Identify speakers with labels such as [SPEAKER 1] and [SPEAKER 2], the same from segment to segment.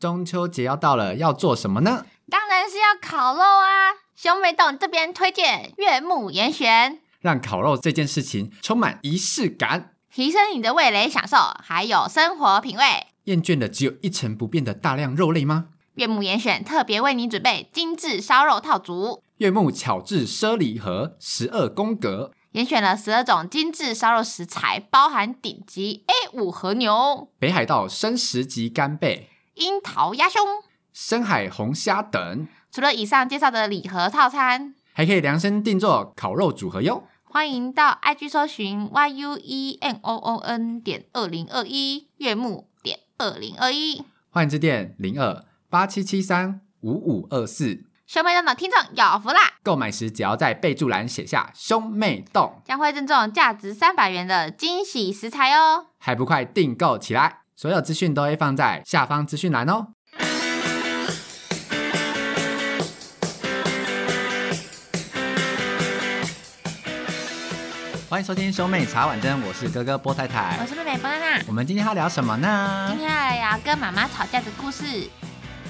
[SPEAKER 1] 中秋节要到了，要做什么呢？
[SPEAKER 2] 当然是要烤肉啊！熊美董这边推荐悦木严选，
[SPEAKER 1] 让烤肉这件事情充满仪式感。
[SPEAKER 2] 提升你的味蕾享受，还有生活品味。
[SPEAKER 1] 厌倦的只有一成不变的大量肉类吗？
[SPEAKER 2] 悦木严选特别为你准备精致烧肉套组，
[SPEAKER 1] 月木巧制奢礼盒十二宫格，
[SPEAKER 2] 严选了十二种精致烧肉食材，包含顶级 A 五和牛、
[SPEAKER 1] 北海道生食级干贝、
[SPEAKER 2] 樱桃鸭胸。
[SPEAKER 1] 深海红虾等，
[SPEAKER 2] 除了以上介绍的礼盒套餐，
[SPEAKER 1] 还可以量身定做烤肉组合哟。
[SPEAKER 2] 欢迎到 IG 搜寻 E yuenmoon 点二零二一月木点二零二一。
[SPEAKER 1] 欢迎致电零二八七七三五五二四，
[SPEAKER 2] 熊妹洞的听众有福啦，
[SPEAKER 1] 购买时只要在备注栏写下“兄妹洞
[SPEAKER 2] 将会赠送价值三百元的惊喜食材哦！”，
[SPEAKER 1] 还不快订购起来！所有资讯都会放在下方资讯栏哦。欢迎收听兄妹茶碗蒸，我是哥哥波太
[SPEAKER 2] 我
[SPEAKER 1] 太。
[SPEAKER 2] 是妹妹波娜娜，
[SPEAKER 1] 我们今天要聊什么呢？
[SPEAKER 2] 今天来聊跟妈妈吵架的故事，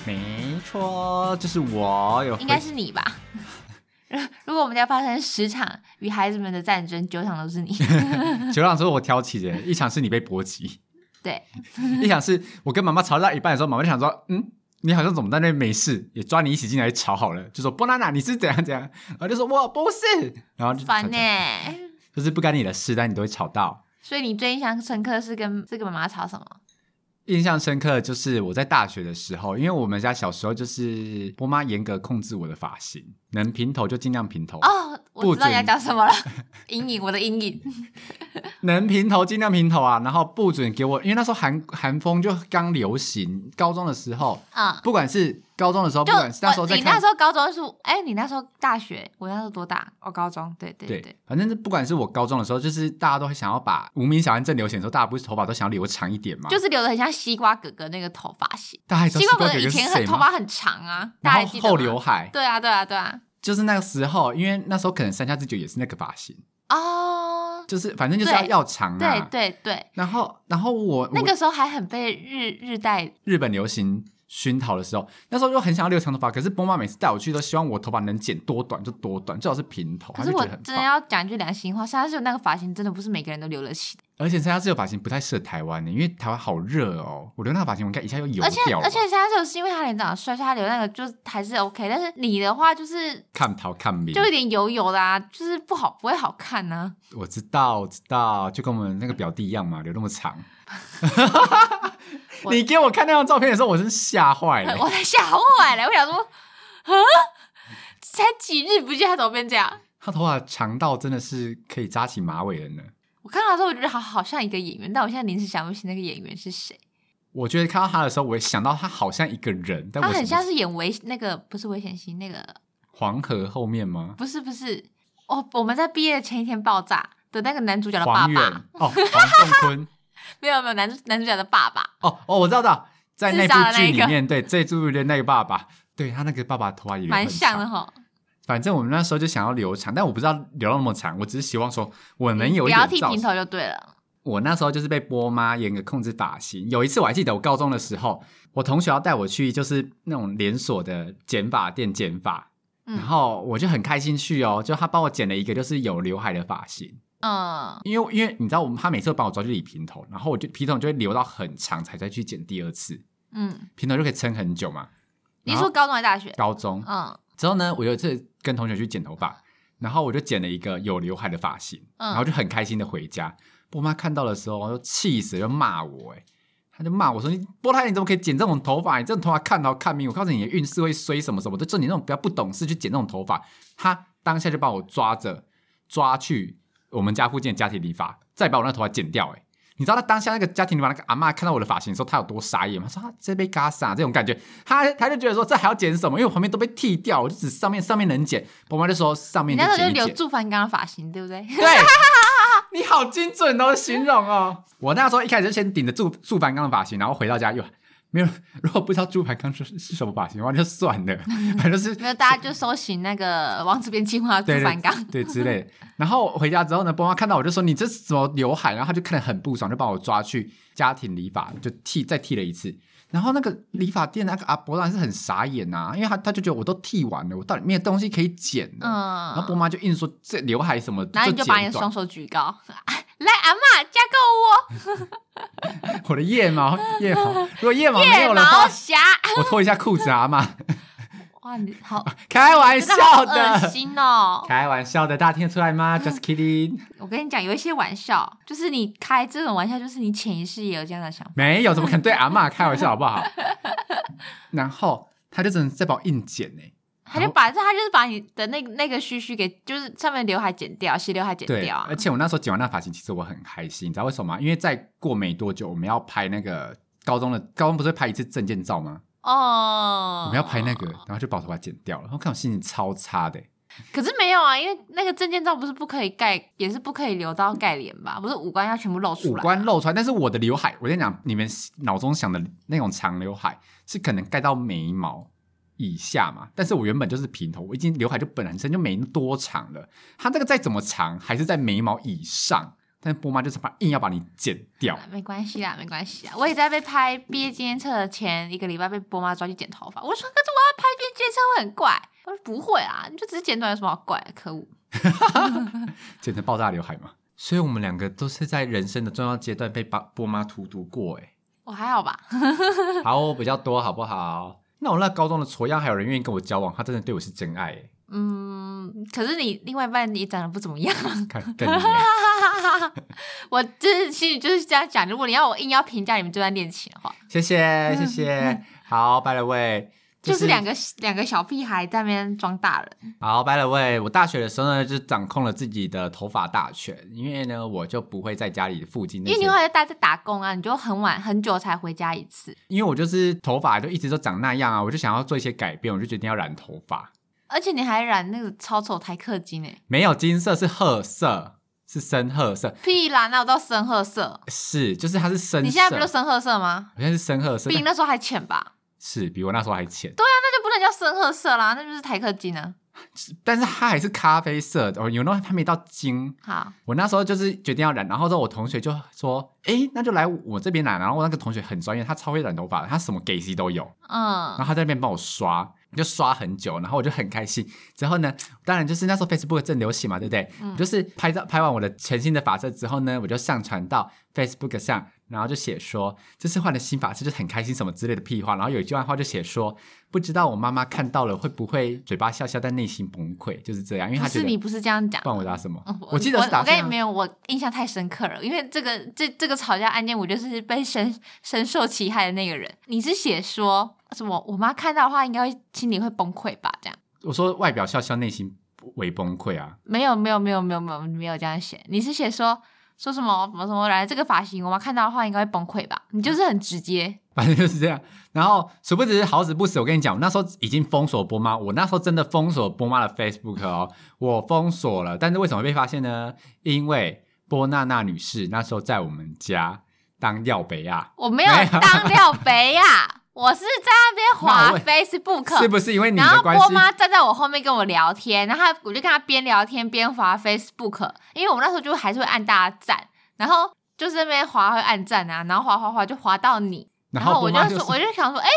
[SPEAKER 1] 没错，就是我有回
[SPEAKER 2] 应该是你吧？如果我们家发生十场与孩子们的战争，九场都是你。
[SPEAKER 1] 球场是我挑起的，一场是你被波及，
[SPEAKER 2] 对，
[SPEAKER 1] 一场是我跟妈妈吵到一半的时候，妈妈就想说，嗯，你好像怎么在那边没事，也抓你一起进来吵好了，就说波娜娜你是怎样怎样，然后就说我不是，然后就
[SPEAKER 2] 烦欸呢、
[SPEAKER 1] 就是不干你的事，但你都会吵到。
[SPEAKER 2] 所以你最印象深刻是跟这个妈妈吵什么？
[SPEAKER 1] 印象深刻的就是我在大学的时候，因为我们家小时候就是波妈严格控制我的发型，能平头就尽量平头，
[SPEAKER 2] 哦，我
[SPEAKER 1] 不
[SPEAKER 2] 知道
[SPEAKER 1] 准
[SPEAKER 2] 你要讲什么了， 阴影，我的阴影。
[SPEAKER 1] 能平头尽量平头啊，然后不准给我，因为那时候韩韩风就刚流行，高中的时候，
[SPEAKER 2] 嗯，
[SPEAKER 1] 不管是高中的时哦候，不
[SPEAKER 2] 就
[SPEAKER 1] 管是那时候
[SPEAKER 2] 我
[SPEAKER 1] 在
[SPEAKER 2] 你那
[SPEAKER 1] 看
[SPEAKER 2] 时，候高中是，哎、你那时候大学，我那时候多大？哦，高中，对对对，
[SPEAKER 1] 对，反正是不管是我高中的时候，就是大家都会想要把无名小站正流行的时候，大家不是头发都想要留长一点嘛？
[SPEAKER 2] 就是留的很像西瓜哥哥那个头发型。
[SPEAKER 1] 大家还知道
[SPEAKER 2] 西瓜
[SPEAKER 1] 哥
[SPEAKER 2] 哥哥以
[SPEAKER 1] 是
[SPEAKER 2] 前
[SPEAKER 1] 谁
[SPEAKER 2] 很头
[SPEAKER 1] 吗？
[SPEAKER 2] 发很长啊，大家
[SPEAKER 1] 然
[SPEAKER 2] 还
[SPEAKER 1] 后
[SPEAKER 2] 记得吗
[SPEAKER 1] 后刘海，
[SPEAKER 2] 对啊，对啊，对啊。
[SPEAKER 1] 就是那个时候，因为那时候可能三下之久也是那个发型，
[SPEAKER 2] 哦，
[SPEAKER 1] 就是反正就是要
[SPEAKER 2] 对
[SPEAKER 1] 要长
[SPEAKER 2] 对
[SPEAKER 1] 啊。
[SPEAKER 2] 对对，
[SPEAKER 1] 然后，然后我
[SPEAKER 2] 那
[SPEAKER 1] 我
[SPEAKER 2] 个时候还很被日日带
[SPEAKER 1] 日本流行熏陶的时候，那时候就很想要留长头发，可是波妈每次带我去都希望我头发能剪多短就多短，最好是平头，
[SPEAKER 2] 可
[SPEAKER 1] 她就
[SPEAKER 2] 是
[SPEAKER 1] 觉
[SPEAKER 2] 我
[SPEAKER 1] 得很
[SPEAKER 2] 真的
[SPEAKER 1] 棒。
[SPEAKER 2] 要讲一句良心话，三十九那个发型真的不是每个人都留得起的，
[SPEAKER 1] 而且三下这个发型不太适合台湾的，因为台湾好热哦，我留那个发型我应该一下就油
[SPEAKER 2] 而且
[SPEAKER 1] 掉了。
[SPEAKER 2] 而且三十九是因为他脸长得帅，所以他留那个就是还是 OK，但是你的话就是
[SPEAKER 1] 看头看面
[SPEAKER 2] 就，有点油油的啊，就是不好不会好看啊呢、
[SPEAKER 1] 我知道我知道，就跟我们那个表弟一样嘛，留那么长。
[SPEAKER 2] 我
[SPEAKER 1] 你给我看那张照片的时候，我真是吓坏了。
[SPEAKER 2] 我在吓坏了，我想说，啊，才几日不见他怎么变这样？
[SPEAKER 1] 他头发长到真的是可以扎起马尾了呢。
[SPEAKER 2] 我看到的时候我觉得好好像一个演员，但我现在临时想不起那个演员是谁。
[SPEAKER 1] 我觉得看到他的时候，我也想到他好像一个人，但我
[SPEAKER 2] 他很
[SPEAKER 1] 想
[SPEAKER 2] 像
[SPEAKER 1] 不起
[SPEAKER 2] 是演危那个不是危险星，那个
[SPEAKER 1] 黄河后面吗？
[SPEAKER 2] 不是不是哦，我们在毕业前一天爆炸的那个男主角的爸
[SPEAKER 1] 黄远
[SPEAKER 2] 爸，
[SPEAKER 1] 哦，黄仲坤
[SPEAKER 2] 没有没有男主男主角的爸爸，
[SPEAKER 1] 哦哦，我知道的，在那
[SPEAKER 2] 自杀的
[SPEAKER 1] 部
[SPEAKER 2] 那
[SPEAKER 1] 剧
[SPEAKER 2] 一个
[SPEAKER 1] 里面，对这部剧的那个爸爸，对他那个爸爸头发也
[SPEAKER 2] 蛮
[SPEAKER 1] 很
[SPEAKER 2] 像的
[SPEAKER 1] 长。
[SPEAKER 2] 哈。
[SPEAKER 1] 反正我们那时候就想要留长，但我不知道留那么长，我只是希望说我能有
[SPEAKER 2] 不
[SPEAKER 1] 一
[SPEAKER 2] 要
[SPEAKER 1] 点
[SPEAKER 2] 剃
[SPEAKER 1] 造
[SPEAKER 2] 平
[SPEAKER 1] 型。
[SPEAKER 2] 头就对了。
[SPEAKER 1] 我那时候就是被波妈严格控制发型。有一次我还记得，我高中的时候，我同学要带我去就是那种连锁的剪发店剪发，
[SPEAKER 2] 嗯
[SPEAKER 1] 然后我就很开心去哦，就他帮我剪了一个就是有刘海的发型。
[SPEAKER 2] 嗯，
[SPEAKER 1] 因为因为你知道，我们他每次都帮我抓去理平头，然后我就皮头就会留到很长才再去剪第二次，
[SPEAKER 2] 嗯，
[SPEAKER 1] 平头就可以撑很久嘛。
[SPEAKER 2] 你
[SPEAKER 1] 然
[SPEAKER 2] 是
[SPEAKER 1] 后
[SPEAKER 2] 说高中还是大学？
[SPEAKER 1] 高中
[SPEAKER 2] 嗯
[SPEAKER 1] 之后呢，我有一次跟同学去剪头发，然后我就剪了一个有刘海的发型，
[SPEAKER 2] 嗯
[SPEAKER 1] 然后就很开心的回家。波妈看到的时候就气死了，就骂我、欸，哎，她就骂我说：“你波太，你怎么可以剪这种头发？你这种头发看到看命，我告诉你，你的运势会衰什么什么的，就你那种不要不懂事去剪那种头发。”她当下就把我抓着抓去我们家附近的家庭理发，再把我那头发剪掉、欸，哎。你知道她当下那个家庭理发那个阿嬷看到我的发型的时候，她有多傻眼吗？她说她啊这被嘎傻这种感觉，她她就觉得说这还要剪什么？因为我旁边都被剃掉，我就只上面上面能剪。我妈就说上
[SPEAKER 2] 你
[SPEAKER 1] 面就
[SPEAKER 2] 那时候
[SPEAKER 1] 剪
[SPEAKER 2] 就
[SPEAKER 1] 一
[SPEAKER 2] 留
[SPEAKER 1] 剪。
[SPEAKER 2] 住凡刚的发型，对不 对？
[SPEAKER 1] 对， 你好精准的形容哦。我那时候一开始就先顶着祝祝凡刚的发型，然后回到家又没有。如果不知道祝凡刚是是什么发型的话，就算了，反正就是
[SPEAKER 2] 没有，大家就搜寻那个王子变青蛙住
[SPEAKER 1] 对
[SPEAKER 2] 凡刚。
[SPEAKER 1] 对之类的。然后回家之后呢，波妈看到我就说你这是什么刘海，然后他就看得很不爽，就把我抓去家庭理发，就剃再剃了一次。然后那个理发店那个阿伯当然是很傻眼呐、因为他他就觉得我都剃完了，我到底没有东西可以剪了。然后波
[SPEAKER 2] 嗯，
[SPEAKER 1] 妈就硬说这刘海什么，
[SPEAKER 2] 然后你就
[SPEAKER 1] 就
[SPEAKER 2] 把你
[SPEAKER 1] 剪
[SPEAKER 2] 的
[SPEAKER 1] 短
[SPEAKER 2] 双手举高， 来阿嬷加购
[SPEAKER 1] 我的腋毛 腋毛，如果腋毛
[SPEAKER 2] 我
[SPEAKER 1] 没
[SPEAKER 2] 夜
[SPEAKER 1] 有的话
[SPEAKER 2] 毛，侠。
[SPEAKER 1] 我脱一下裤子啊嘛，
[SPEAKER 2] 哇，你好，
[SPEAKER 1] 开玩
[SPEAKER 2] 真的
[SPEAKER 1] 笑
[SPEAKER 2] 好恶
[SPEAKER 1] 的，
[SPEAKER 2] 心哦！
[SPEAKER 1] 开玩笑的，大家听得出来吗？Just kidding，
[SPEAKER 2] 我跟你讲，有一些玩笑，就是你开这种玩笑，就是你潜意识也有这样的想法。
[SPEAKER 1] 没有，怎么可能对阿嬷开玩笑好不 好？然后他就真的再把我硬剪呢、
[SPEAKER 2] 他就把这，他就是把你的那个那个须须给，就是上面刘海剪掉，斜刘海剪
[SPEAKER 1] 对，
[SPEAKER 2] 掉啊
[SPEAKER 1] 而。且我那时候剪完那发型，其实我很开心，你知道为什么吗？因为再过没多久，我们要拍那个高中的高中不是会拍一次证件照吗？
[SPEAKER 2] 哦，
[SPEAKER 1] 我们要拍那个，然后就把我头发剪掉了。然后看我心情超差的、
[SPEAKER 2] 可是没有啊，因为那个证件照不是不可以盖，也是不可以留到盖脸吧？不是五官要全部露出
[SPEAKER 1] 五
[SPEAKER 2] 来。
[SPEAKER 1] 官露出来，但是我的刘海，我跟你讲，你们脑中想的那种长刘海是可能盖到眉毛以下嘛，但是我原本就是平头，我已经刘海就本身就没多长了，它这个再怎么长还是在眉毛以上，但是波妈就是把硬要把你剪掉
[SPEAKER 2] 啊，没关系啦，没关系啦。我也在被拍毕业纪念册的前一个礼拜被波妈抓去剪头发，我说可是我要拍毕业纪念册会很怪，她说不会啊，你就只是剪短有什么好怪的？可恶！
[SPEAKER 1] 剪成爆炸刘海嘛。所以我们两个都是在人生的重要阶段被波波妈荼毒过、欸，
[SPEAKER 2] 我还好吧？
[SPEAKER 1] 好我比较多好不好？那我那高中的挫样还有人愿意跟我交往，他真的对我是真爱、欸，
[SPEAKER 2] 嗯，可是你另外一半也长得不怎么样，
[SPEAKER 1] 看更厉害。
[SPEAKER 2] 我就是心里就是这样讲。如果你要我硬要评价你们这段恋情的话，
[SPEAKER 1] 谢谢谢谢，好，拜了喂，
[SPEAKER 2] 嗯就是两个两个小屁孩在那边装大人。
[SPEAKER 1] 好拜了喂。我大学的时候呢，就是掌控了自己的头发大权，因为呢，我就不会在家里附近那
[SPEAKER 2] 因
[SPEAKER 1] 些，
[SPEAKER 2] 为你后来待在打工啊，你就很晚很久才回家一次，
[SPEAKER 1] 因为我就是头发就一直都长那样啊，我就想要做一些改变，我就决定要染头发，
[SPEAKER 2] 而且你还染那个超丑台客欸金诶、
[SPEAKER 1] 没有金色是褐色，是深褐色，
[SPEAKER 2] 屁啦，哪有到深褐色？
[SPEAKER 1] 是就是它是深色，
[SPEAKER 2] 你现在不就深褐色吗？
[SPEAKER 1] 我现在是深褐色
[SPEAKER 2] 比，你那时候还浅吧？
[SPEAKER 1] 是比我那时候还浅，
[SPEAKER 2] 那就不能叫深褐色啦，那就是台客金啊。
[SPEAKER 1] 但是它还是咖啡色的，哦，有那种还没到金，
[SPEAKER 2] 好，
[SPEAKER 1] 我那时候就是决定要染，然后之后我同学就说：“诶，那就来我这边染。”啊然后我那个同学很专业，他超会染头发的，他什么 gay 系都有。然后
[SPEAKER 2] 嗯，
[SPEAKER 1] 他在那边帮我刷，就刷很久，然后我就很开心。之后呢，当然就是那时候 Facebook 正流行嘛，对不对？
[SPEAKER 2] 嗯
[SPEAKER 1] 我就是拍照拍完我的全新的发色之后呢，我就上传到 Facebook 上，然后就写说这次换了新发色，就是很开心什么之类的屁话。然后有一句话就写说，不知道我妈妈看到了会不会嘴巴笑笑，但内心崩溃，就是这样，因为
[SPEAKER 2] 不
[SPEAKER 1] 她觉
[SPEAKER 2] 是
[SPEAKER 1] 得
[SPEAKER 2] 你不是这样讲
[SPEAKER 1] 不。然我打什么
[SPEAKER 2] 嗯？
[SPEAKER 1] 我记得
[SPEAKER 2] 我
[SPEAKER 1] 是打
[SPEAKER 2] 我
[SPEAKER 1] 这
[SPEAKER 2] 跟
[SPEAKER 1] 样
[SPEAKER 2] 你没有，我印象太深刻了，因为这个这这个吵架案件，我就是被深深受其害的那个人。你是写说什么？我妈看到的话，应该会心里会崩溃吧？这样
[SPEAKER 1] 我说外表笑笑，内心为崩溃啊！
[SPEAKER 2] 没有没有没有没有没有没有这样写，你是写说说什么什么什么？来这个发型，我妈看到的话应该会崩溃吧？你就是很直接，
[SPEAKER 1] 反正就是这样。然后殊不知好死不死，我跟你讲，我那时候已经封锁波妈，我那时候真的封锁波妈的 Facebook 哦，我封锁了。但是为什么会被发现呢？因为波娜娜女士那时候在我们家当耀北亚，
[SPEAKER 2] 我没有
[SPEAKER 1] 没有
[SPEAKER 2] 当廖 北亚，我是在那边
[SPEAKER 1] 那
[SPEAKER 2] 滑
[SPEAKER 1] 我问
[SPEAKER 2] Facebook，
[SPEAKER 1] 是不是因为你
[SPEAKER 2] 然后
[SPEAKER 1] 的关
[SPEAKER 2] 波
[SPEAKER 1] 系？
[SPEAKER 2] 妈站在我后面跟我聊天，然后她我就跟她边聊天边滑 Facebook，因为我们那时候就还是会按大家赞，然后就是那边滑会按赞啊，然后滑滑滑就滑到你，
[SPEAKER 1] 然
[SPEAKER 2] 后
[SPEAKER 1] 后
[SPEAKER 2] 我
[SPEAKER 1] 波妈
[SPEAKER 2] 说
[SPEAKER 1] 就
[SPEAKER 2] 我
[SPEAKER 1] 是
[SPEAKER 2] 就想说，哎、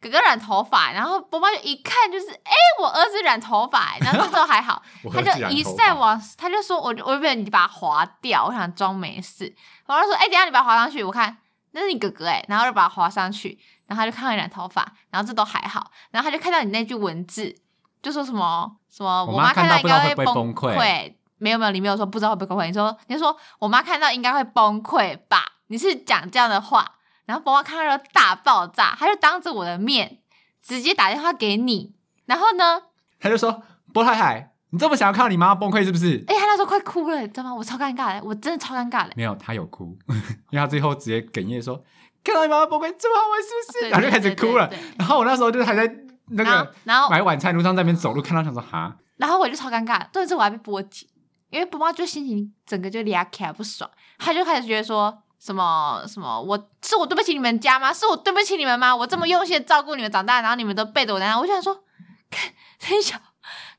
[SPEAKER 2] 哥哥染头发，然后波妈就一看就是，哎、我儿子染头发，哎然后那时候还好，
[SPEAKER 1] 我
[SPEAKER 2] 他
[SPEAKER 1] 儿子
[SPEAKER 2] 就
[SPEAKER 1] 染
[SPEAKER 2] 一
[SPEAKER 1] 头
[SPEAKER 2] 再
[SPEAKER 1] 发
[SPEAKER 2] 往，他就说我就我以为你把它划掉，我想装没事。然后他说，哎、等一下你把它划上去，我看那是你哥哥哎、然后就把它划上去，然后他就看到你染头发，然后这都还好，然后他就看到你那句文字，就说什么什么，
[SPEAKER 1] 我
[SPEAKER 2] 我
[SPEAKER 1] 妈
[SPEAKER 2] 妈
[SPEAKER 1] 看
[SPEAKER 2] 到
[SPEAKER 1] 到不
[SPEAKER 2] 应该
[SPEAKER 1] 知道会
[SPEAKER 2] 崩
[SPEAKER 1] 不会崩溃
[SPEAKER 2] 溃。没有没有，你没有说不知道会不会崩溃，你说你就说我妈看到应该会崩溃吧？你是讲这样的话，然后包括看到了大爆炸，他就当着我的面直接打电话给你，然后呢，
[SPEAKER 1] 他就说波太太，你这么想要看到你妈妈崩溃是不是？
[SPEAKER 2] 哎、他那时候快哭了，你知道吗？我超尴尬的，我真的超尴尬的。
[SPEAKER 1] 没有，他有哭， 因为他最后直接哽咽说看到你妈妈崩溃这么好玩是不是？
[SPEAKER 2] 对
[SPEAKER 1] 然后就开始
[SPEAKER 2] 对对
[SPEAKER 1] 哭了
[SPEAKER 2] 对。对
[SPEAKER 1] 然后我那时候就还在那
[SPEAKER 2] 然后
[SPEAKER 1] 个，
[SPEAKER 2] 然后，
[SPEAKER 1] 买晚餐路上在那边走路，看到想说哈。
[SPEAKER 2] 然后我就超尴尬，重点是我还被波及，因为波妈就心情整个就俩起来不爽，她就开始觉得说什么什么，我是我对不起你们家吗？是我对不起你们吗？我这么用心地照顾你们长大，然后你们都背着我难，我就想说， 看很小，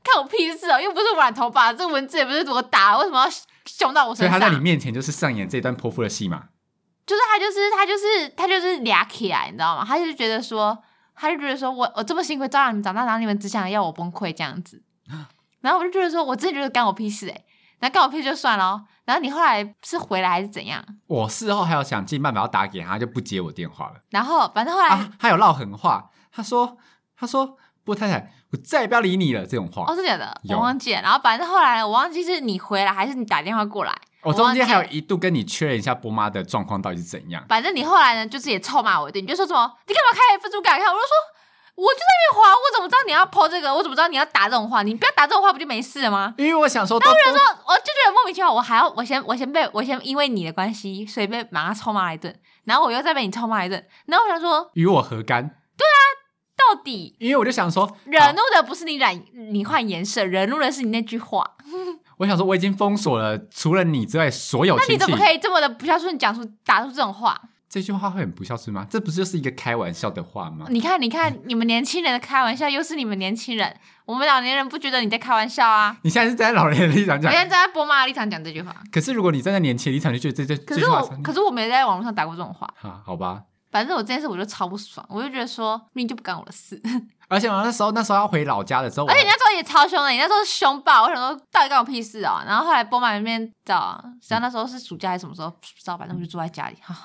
[SPEAKER 2] 看我屁事哦，又不是我染头发，这文字也不是我打，为什么要凶到我
[SPEAKER 1] 所
[SPEAKER 2] 身
[SPEAKER 1] 以他
[SPEAKER 2] 上？
[SPEAKER 1] 在你面前就是上演这段泼妇的戏嘛。
[SPEAKER 2] 就是他就是他就是他就是俩起来，你知道吗？他就觉得说，他就觉得说我我这么辛苦照顾你们长大，然后你们只想要我崩溃这样子，
[SPEAKER 1] 啊
[SPEAKER 2] 然后我就觉得说，我真的觉得干我屁事哎、欸，然后干我屁事就算了哦，然后你后来是回来还是怎样？
[SPEAKER 1] 我事后还有想尽办法要打给他，他就不接我电话了
[SPEAKER 2] 然后反正后来、
[SPEAKER 1] 啊，他有唠狠话，他说他说波太太，我再也不要理你了这种话。
[SPEAKER 2] 哦，是假的，我
[SPEAKER 1] 有
[SPEAKER 2] 忘记了。然后反正后来我忘记是你回来还是你打电话过来，
[SPEAKER 1] 我中
[SPEAKER 2] 忘记
[SPEAKER 1] 间还有
[SPEAKER 2] 了
[SPEAKER 1] 一度跟你确认一下波妈的状况到底是怎样。
[SPEAKER 2] 反正你后来呢，就是也臭骂我一顿，你就说什么你干嘛开分组感看？我就说我就在那边滑，我怎么知道你要抛这个？我怎么知道你要打这种话？你不要打这种话不就没事了吗？
[SPEAKER 1] 因为我想说都
[SPEAKER 2] 然后我就觉得莫名其妙，我还要我先我先被我先因为你的关系，所以被马上臭骂了一顿，然后我又再被你臭骂一顿，然后我想说
[SPEAKER 1] 与我何干？
[SPEAKER 2] 到底
[SPEAKER 1] 因为我就想说，啊
[SPEAKER 2] 惹
[SPEAKER 1] 好
[SPEAKER 2] 怒的不是你染你换颜色，惹怒的是你那句话。
[SPEAKER 1] 我想说我已经封锁了除了你之外所有
[SPEAKER 2] 那你
[SPEAKER 1] 亲戚
[SPEAKER 2] 怎么。可以这么的不孝顺，讲出打出这种话？
[SPEAKER 1] 这句话会很不孝顺吗？这不是就是一个开玩笑的话吗？
[SPEAKER 2] 你看，你看，你们年轻人的开玩笑，又是你们年轻人，我们老年人不觉得你在开玩笑啊。
[SPEAKER 1] 你现在是站在老人的立场
[SPEAKER 2] 我
[SPEAKER 1] 讲
[SPEAKER 2] 现，在站在波妈的立场讲这句话，
[SPEAKER 1] 可是如果你站在年轻的立场，就觉得这这这
[SPEAKER 2] 可是
[SPEAKER 1] 句话
[SPEAKER 2] 我
[SPEAKER 1] 是，
[SPEAKER 2] 可是我没在网络上打过这种话。
[SPEAKER 1] 啊，好吧。
[SPEAKER 2] 反正我这件事我就超不爽，我就觉得说命就不干我的事，
[SPEAKER 1] 而且我那时候那时候要回老家的时候，我
[SPEAKER 2] 而且你那时候也超凶的，你那时候凶爆，我想说到底干我屁事啊、然后后来波妈那边找啊，知道那时候是暑假还是什么时候，不知道，反正我就住在家里哈。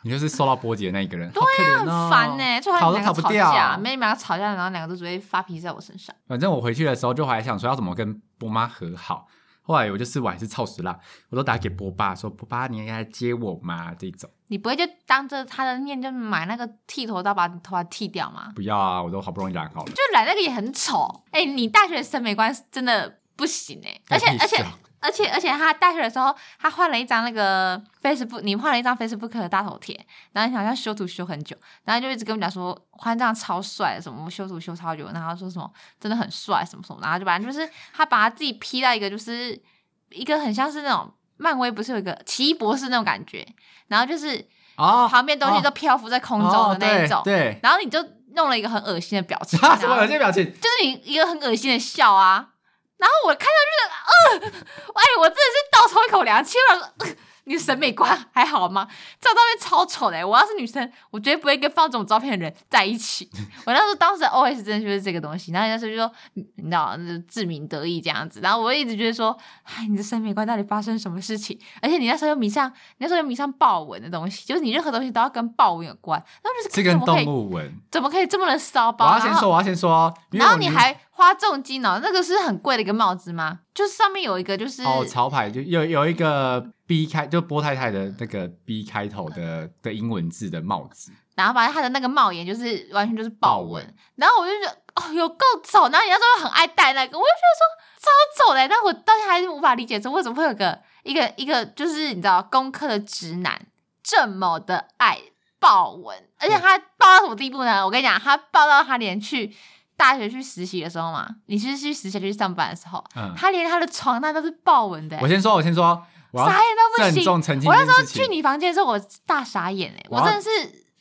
[SPEAKER 1] 你就是受到波及的那一个人，对
[SPEAKER 2] 啊很烦呢、欸就好
[SPEAKER 1] 逃
[SPEAKER 2] 像
[SPEAKER 1] 都
[SPEAKER 2] 两
[SPEAKER 1] 逃
[SPEAKER 2] 个
[SPEAKER 1] 不
[SPEAKER 2] 吵
[SPEAKER 1] 掉
[SPEAKER 2] 架，没你们两个吵架，然后两个都只会发脾气在我身上。
[SPEAKER 1] 反正我回去的时候就还想说要怎么跟波妈和好。后来我就是我还是操实啦，我都打给波爸说：“波爸，你应该来接我吗？”这种
[SPEAKER 2] 你不会就当着他的面就买那个剃头刀把你头发剃掉吗？
[SPEAKER 1] 不要啊，我都好不容易染好了。
[SPEAKER 2] 就染那个也很丑。哎、你大学生没关系，真的不行哎、而且
[SPEAKER 1] 干
[SPEAKER 2] 而
[SPEAKER 1] 屁事
[SPEAKER 2] 且
[SPEAKER 1] 啊
[SPEAKER 2] 而且而且他大学的时候，他换了一张那个 Facebook，你换了一张 Facebook 的大头贴，然后你好像修图修很久，然后就一直跟我们讲说换这张超帅，什么修图修超久，然后说什么真的很帅什么什么，然后就把就是他把他自己 P 到一个就是一个很像是那种漫威不是有一个奇异博士那种感觉，然后就是。
[SPEAKER 1] 哦，
[SPEAKER 2] 旁边东西
[SPEAKER 1] 哦
[SPEAKER 2] 都漂浮在空中的那一种，
[SPEAKER 1] 哦对
[SPEAKER 2] 然后你就弄了一个很恶心的表情
[SPEAKER 1] 对，，什么
[SPEAKER 2] 然后
[SPEAKER 1] 有些表情？
[SPEAKER 2] 就是你一个很恶心的笑啊。然后我看到就是，呃，哎，我真的是倒抽一口凉气。我想说、呃你审美观还好吗？这张照片超丑的、我要是女生，我绝对不会跟放这种照片的人在一起。 我那时候当时的 OS 真的就是这个东西，然后人家就说，你你知道，就是自鸣得意这样子。然后我一直觉得说，哎，你的审美观到底发生什么事情？而且你那时候又迷上，你那时候又迷上豹纹的东西，就是你任何东西都要跟豹纹有关。那就是
[SPEAKER 1] 这跟
[SPEAKER 2] 怎么可
[SPEAKER 1] 动
[SPEAKER 2] 以
[SPEAKER 1] 物纹。
[SPEAKER 2] 怎么可以这么的骚
[SPEAKER 1] 我
[SPEAKER 2] 包？
[SPEAKER 1] 要先
[SPEAKER 2] 然后
[SPEAKER 1] 说，我要先说哦，因为
[SPEAKER 2] 然后
[SPEAKER 1] 我
[SPEAKER 2] 你还花重金哦，那个是很贵的一个帽子吗？就是上面有一个就是
[SPEAKER 1] 哦潮牌就有有一个 B 开，就波太太的那个 B 开头
[SPEAKER 2] 嗯
[SPEAKER 1] 的的英文字的帽子，
[SPEAKER 2] 然后反正他的那个帽檐就是完全就是豹
[SPEAKER 1] 豹
[SPEAKER 2] 纹
[SPEAKER 1] 纹，
[SPEAKER 2] 然后我就觉得哦有够丑，然后人家说很爱戴那个，我就觉得说超丑的，但我到现在还是无法理解说为什么会有个一个一个就是你知道工科的直男这么的爱豹纹，而且他豹到什么地步呢？我跟你讲，他豹到他连去大学去实习的时候嘛，你是去实习还是去上班的时候，
[SPEAKER 1] 嗯，
[SPEAKER 2] 他连他的床单都是豹纹的、欸
[SPEAKER 1] 我先说，我先说，我要
[SPEAKER 2] 傻眼到不
[SPEAKER 1] 郑
[SPEAKER 2] 行。
[SPEAKER 1] 重澄清
[SPEAKER 2] 我
[SPEAKER 1] 一
[SPEAKER 2] 那
[SPEAKER 1] 件
[SPEAKER 2] 时候
[SPEAKER 1] 事
[SPEAKER 2] 去
[SPEAKER 1] 情，
[SPEAKER 2] 你房间的时候，我大傻眼哎、
[SPEAKER 1] 我
[SPEAKER 2] 我
[SPEAKER 1] 要
[SPEAKER 2] 真的是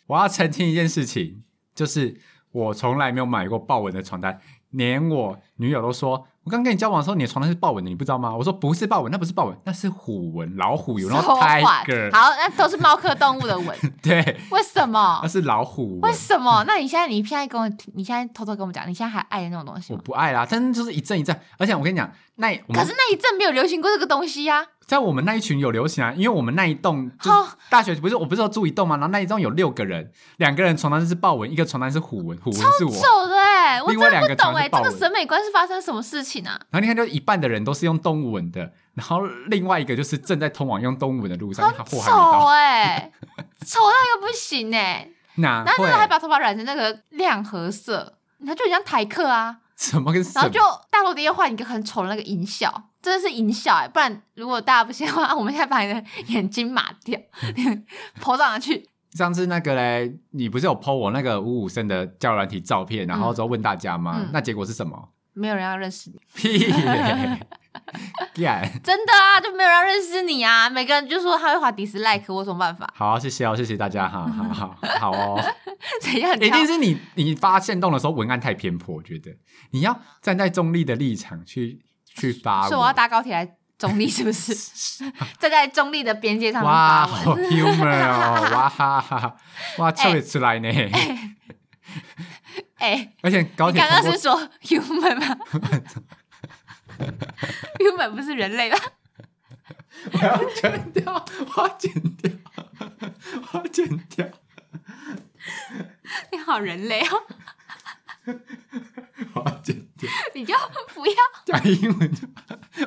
[SPEAKER 1] 我要澄清一件事情，就是我从来没有买过豹纹的床单，连我女友都说，我刚跟你交往的时候，你的床单是豹纹的，你不知道吗？我说不是豹纹，那不是豹纹，那是虎纹，老虎有那
[SPEAKER 2] 手
[SPEAKER 1] 种
[SPEAKER 2] 环
[SPEAKER 1] tiger，
[SPEAKER 2] 好，那都是猫科动物 的纹，
[SPEAKER 1] 对，
[SPEAKER 2] 为什么
[SPEAKER 1] 那？是老虎
[SPEAKER 2] 为
[SPEAKER 1] 纹。
[SPEAKER 2] 什么？那你现在你现在跟我，你现在偷偷跟我们讲，你现在还爱那种东西
[SPEAKER 1] 我
[SPEAKER 2] 吗？
[SPEAKER 1] 不爱啦，但是就是一阵一阵，而且我跟你讲，那我们
[SPEAKER 2] 可是那一阵没有流行过这个东西啊呀、
[SPEAKER 1] 在我们那一群有流行啊，因为我们那一栋就是
[SPEAKER 2] 哦
[SPEAKER 1] 大学不是我不是说住一栋吗？然后那一栋有六个人，两个人床单是豹纹，一个床单是虎纹，虎纹是我。
[SPEAKER 2] 丑的哎、我
[SPEAKER 1] 另
[SPEAKER 2] 真
[SPEAKER 1] 外
[SPEAKER 2] 的
[SPEAKER 1] 两
[SPEAKER 2] 不
[SPEAKER 1] 个
[SPEAKER 2] 懂
[SPEAKER 1] 全
[SPEAKER 2] 哎、
[SPEAKER 1] 是豹
[SPEAKER 2] 这
[SPEAKER 1] 纹
[SPEAKER 2] 个审美观是发生什么事情啊？
[SPEAKER 1] 然后你看，就一半的人都是用动物纹的，然后另外一个就是正在通往用动物纹的路上，因为他
[SPEAKER 2] 很
[SPEAKER 1] 货还没到
[SPEAKER 2] 丑。哎、 丑到一个不行哎、
[SPEAKER 1] 哪
[SPEAKER 2] 然后那时候还
[SPEAKER 1] 啊会？
[SPEAKER 2] 把头发染成那个亮褐色，那就很像台客啊。
[SPEAKER 1] 什么跟什
[SPEAKER 2] 然后
[SPEAKER 1] 么
[SPEAKER 2] 就？大落地又换一个很丑的那个音效，真的是音效哎、不然如果大家不信的话，我们 现在把你的眼睛抹 掉，头上去。
[SPEAKER 1] 上次那个嘞，你不是有 PO 我那个五五身的交友软体照片，然后之后问大家吗？
[SPEAKER 2] 嗯
[SPEAKER 1] 那结果是什 么？
[SPEAKER 2] 没有人要认识你，
[SPEAKER 1] 屁嘞！ 干！
[SPEAKER 2] 真的啊，就没有人要认识你啊！每个人就说他会滑 dislike，我有什么办法？
[SPEAKER 1] 好，谢谢哦，谢谢大家，哈，好好好哦。
[SPEAKER 2] 怎样？
[SPEAKER 1] 一定是你你发现动的时候文案太偏颇，我觉得你要站在中立的立场去去发
[SPEAKER 2] 所以我要
[SPEAKER 1] 文。
[SPEAKER 2] 搭高铁来中立是不是？ 站在中立的边界上面
[SPEAKER 1] 哇，
[SPEAKER 2] 发文，
[SPEAKER 1] 好 humor 哦，哇哈哈，哇笑得出来呢。
[SPEAKER 2] 哎、
[SPEAKER 1] 而且高
[SPEAKER 2] 你
[SPEAKER 1] 铁
[SPEAKER 2] 刚
[SPEAKER 1] 通过
[SPEAKER 2] 刚是说 human 吗？human 不是人类吧？
[SPEAKER 1] 我要剪掉，我要剪掉，我要剪掉，
[SPEAKER 2] 你好人类哦，
[SPEAKER 1] 我要剪掉。
[SPEAKER 2] 你就不要
[SPEAKER 1] 讲英文就，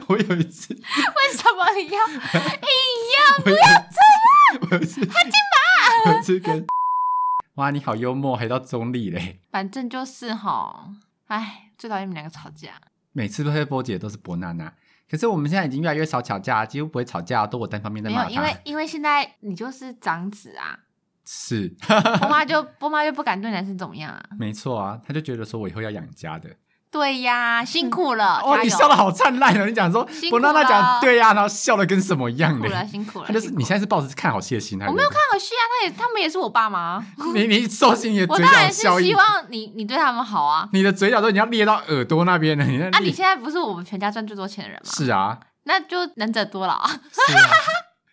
[SPEAKER 1] 我有一次，
[SPEAKER 2] 为什么你要硬
[SPEAKER 1] 不要这样，我有一次，他进
[SPEAKER 2] 啊
[SPEAKER 1] 吧，我有一次跟， 哇，你好幽默，还到中立嘞。
[SPEAKER 2] 要？ 反正就是哈，哎，最讨厌你们两个吵架。
[SPEAKER 1] 每次都会波姐的都是伯娜娜，可是我们现在已经越来越少吵架，几乎不会吵架，都我单方面在
[SPEAKER 2] 没
[SPEAKER 1] 骂
[SPEAKER 2] 有，因为
[SPEAKER 1] 她。
[SPEAKER 2] 因为现在你就是长子啊，
[SPEAKER 1] 是，
[SPEAKER 2] 波妈就波妈就不敢对男生怎么样啊。
[SPEAKER 1] 没错啊，她就觉得说我以后要养家的。
[SPEAKER 2] 对呀，辛苦了，
[SPEAKER 1] 哦，
[SPEAKER 2] 加
[SPEAKER 1] 你
[SPEAKER 2] 油
[SPEAKER 1] 笑的好灿烂哦！你讲说
[SPEAKER 2] 辛
[SPEAKER 1] 伯
[SPEAKER 2] 苦了
[SPEAKER 1] 娜娜讲对啊呀、然后笑的跟什么一样
[SPEAKER 2] 辛苦 了，
[SPEAKER 1] 的。
[SPEAKER 2] 辛苦了。
[SPEAKER 1] 她就是
[SPEAKER 2] 辛苦
[SPEAKER 1] 你现在是抱着看好戏的心态，
[SPEAKER 2] 我没有看好戏啊，他也他们也是我爸妈，啊
[SPEAKER 1] 对不对你，你收起你的
[SPEAKER 2] 我
[SPEAKER 1] 嘴
[SPEAKER 2] 当
[SPEAKER 1] 角
[SPEAKER 2] 然是
[SPEAKER 1] 笑意
[SPEAKER 2] 希，望你你对他们好啊。
[SPEAKER 1] 你的嘴角都已经要裂到耳朵那边了。你那
[SPEAKER 2] 啊，
[SPEAKER 1] 裂
[SPEAKER 2] 你现在不是我们全家赚最多钱的人吗？
[SPEAKER 1] 是啊，
[SPEAKER 2] 那就能者多劳啊。
[SPEAKER 1] 是 啊，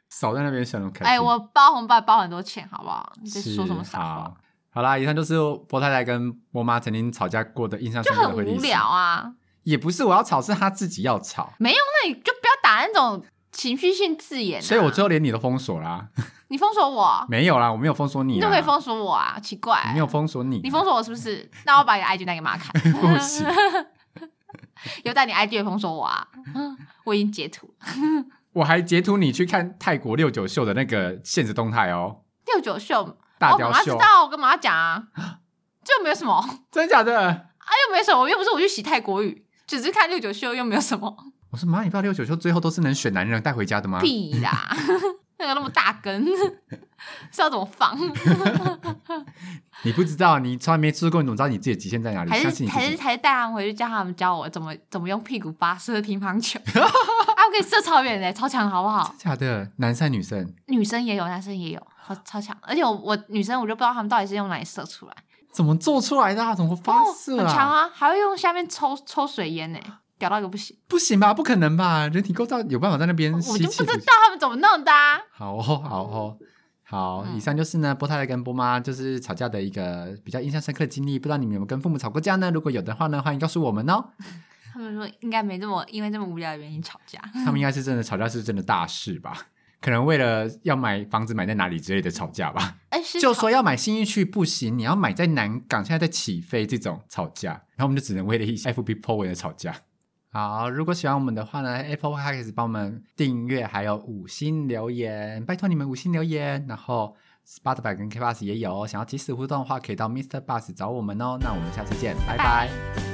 [SPEAKER 1] 少在那边想那么开心。
[SPEAKER 2] 哎，我包红包包很多钱，好不好？你在
[SPEAKER 1] 是
[SPEAKER 2] 说什么傻话？
[SPEAKER 1] 好好啦，以上就是波太太跟波妈曾经吵架过的印象
[SPEAKER 2] 就
[SPEAKER 1] 深刻的
[SPEAKER 2] 很
[SPEAKER 1] 回忆。
[SPEAKER 2] 无聊，啊。
[SPEAKER 1] 也不是我要吵，是她自己要吵，
[SPEAKER 2] 那你就不要打那种情绪性字眼、啊。
[SPEAKER 1] 所以我最后连你都封锁啦。
[SPEAKER 2] 你封锁我，
[SPEAKER 1] 没有啦，我没有封锁你
[SPEAKER 2] 你
[SPEAKER 1] 啦，
[SPEAKER 2] 怎么可以封锁我啊？奇怪、
[SPEAKER 1] 你没有封锁你，
[SPEAKER 2] 你封锁我是不是？那我把你的 IG 拿给妈看。
[SPEAKER 1] 不行，
[SPEAKER 2] 有带你 IG 也封锁我啊？我已经截图了
[SPEAKER 1] 我还截图你去看泰国六九秀的那个现实动态哦，
[SPEAKER 2] 六九秀，
[SPEAKER 1] 大
[SPEAKER 2] 哦我妈
[SPEAKER 1] 雕
[SPEAKER 2] 妈知
[SPEAKER 1] 秀，
[SPEAKER 2] 道，我跟妈妈讲啊，这又没有什么，啊
[SPEAKER 1] 真的假的？
[SPEAKER 2] 又没有什么，又不是我去洗泰国语，只是看六九秀又没有什么，
[SPEAKER 1] 我说妈，你不知道六九秀最后都是能选男人带回家的吗？
[SPEAKER 2] 屁啦， 那个那么大根 是要怎么放？
[SPEAKER 1] 你不知道，你从来没吃过，你怎么知道你自己的极限在哪里？
[SPEAKER 2] 还
[SPEAKER 1] 相信
[SPEAKER 2] 是
[SPEAKER 1] 你自
[SPEAKER 2] 还是
[SPEAKER 1] 己。
[SPEAKER 2] 还是带他们回去，叫他们教我怎么怎么用屁股发射乒乓球， 啊，我可以射超远的，超强的好不好？
[SPEAKER 1] 假的，男生还是女生
[SPEAKER 2] 女生也有，男生也有，超超强，而且我我女生我就不知道他们到底是用哪里射出来。
[SPEAKER 1] 怎么做出来的、啊？怎么发射
[SPEAKER 2] 很强
[SPEAKER 1] 啊？
[SPEAKER 2] 啊，还会用下面抽抽水烟呢、屌到一个不行，
[SPEAKER 1] 不行吧？不可能吧？人体构造有办法在那边
[SPEAKER 2] 我
[SPEAKER 1] 吸
[SPEAKER 2] 就不
[SPEAKER 1] 气
[SPEAKER 2] 知
[SPEAKER 1] 的？
[SPEAKER 2] 道他们怎么弄的、啊。
[SPEAKER 1] 好哦，好哦。好，
[SPEAKER 2] 嗯
[SPEAKER 1] 以上就是呢，波太太跟波妈就是吵架的一个比较印象深刻的经历。不知道你们有没有跟父母吵过架呢？如果有的话呢，欢迎告诉我们哦。
[SPEAKER 2] 他们说应该没这么因为这么无聊的原因吵架，
[SPEAKER 1] 他们应该是真的吵架是真的大事吧？可能为了要买房子买在哪里之类的吵架吧，
[SPEAKER 2] 哎、是
[SPEAKER 1] 就
[SPEAKER 2] 吵
[SPEAKER 1] 说要买新义区不行，你要买在南港，现在在起飞这种吵架，然后我们就只能为了一些 FB po 文的吵架。好，如果喜欢我们的话呢，Apple Podcast 帮我们订阅，还有五星留言，拜托你们五星留言。然后 Spotify 跟 K Bus 也有哦，想要及时互动的话，可以到 Mr. Bus 找我们哦。那我们下次见，拜拜
[SPEAKER 2] 拜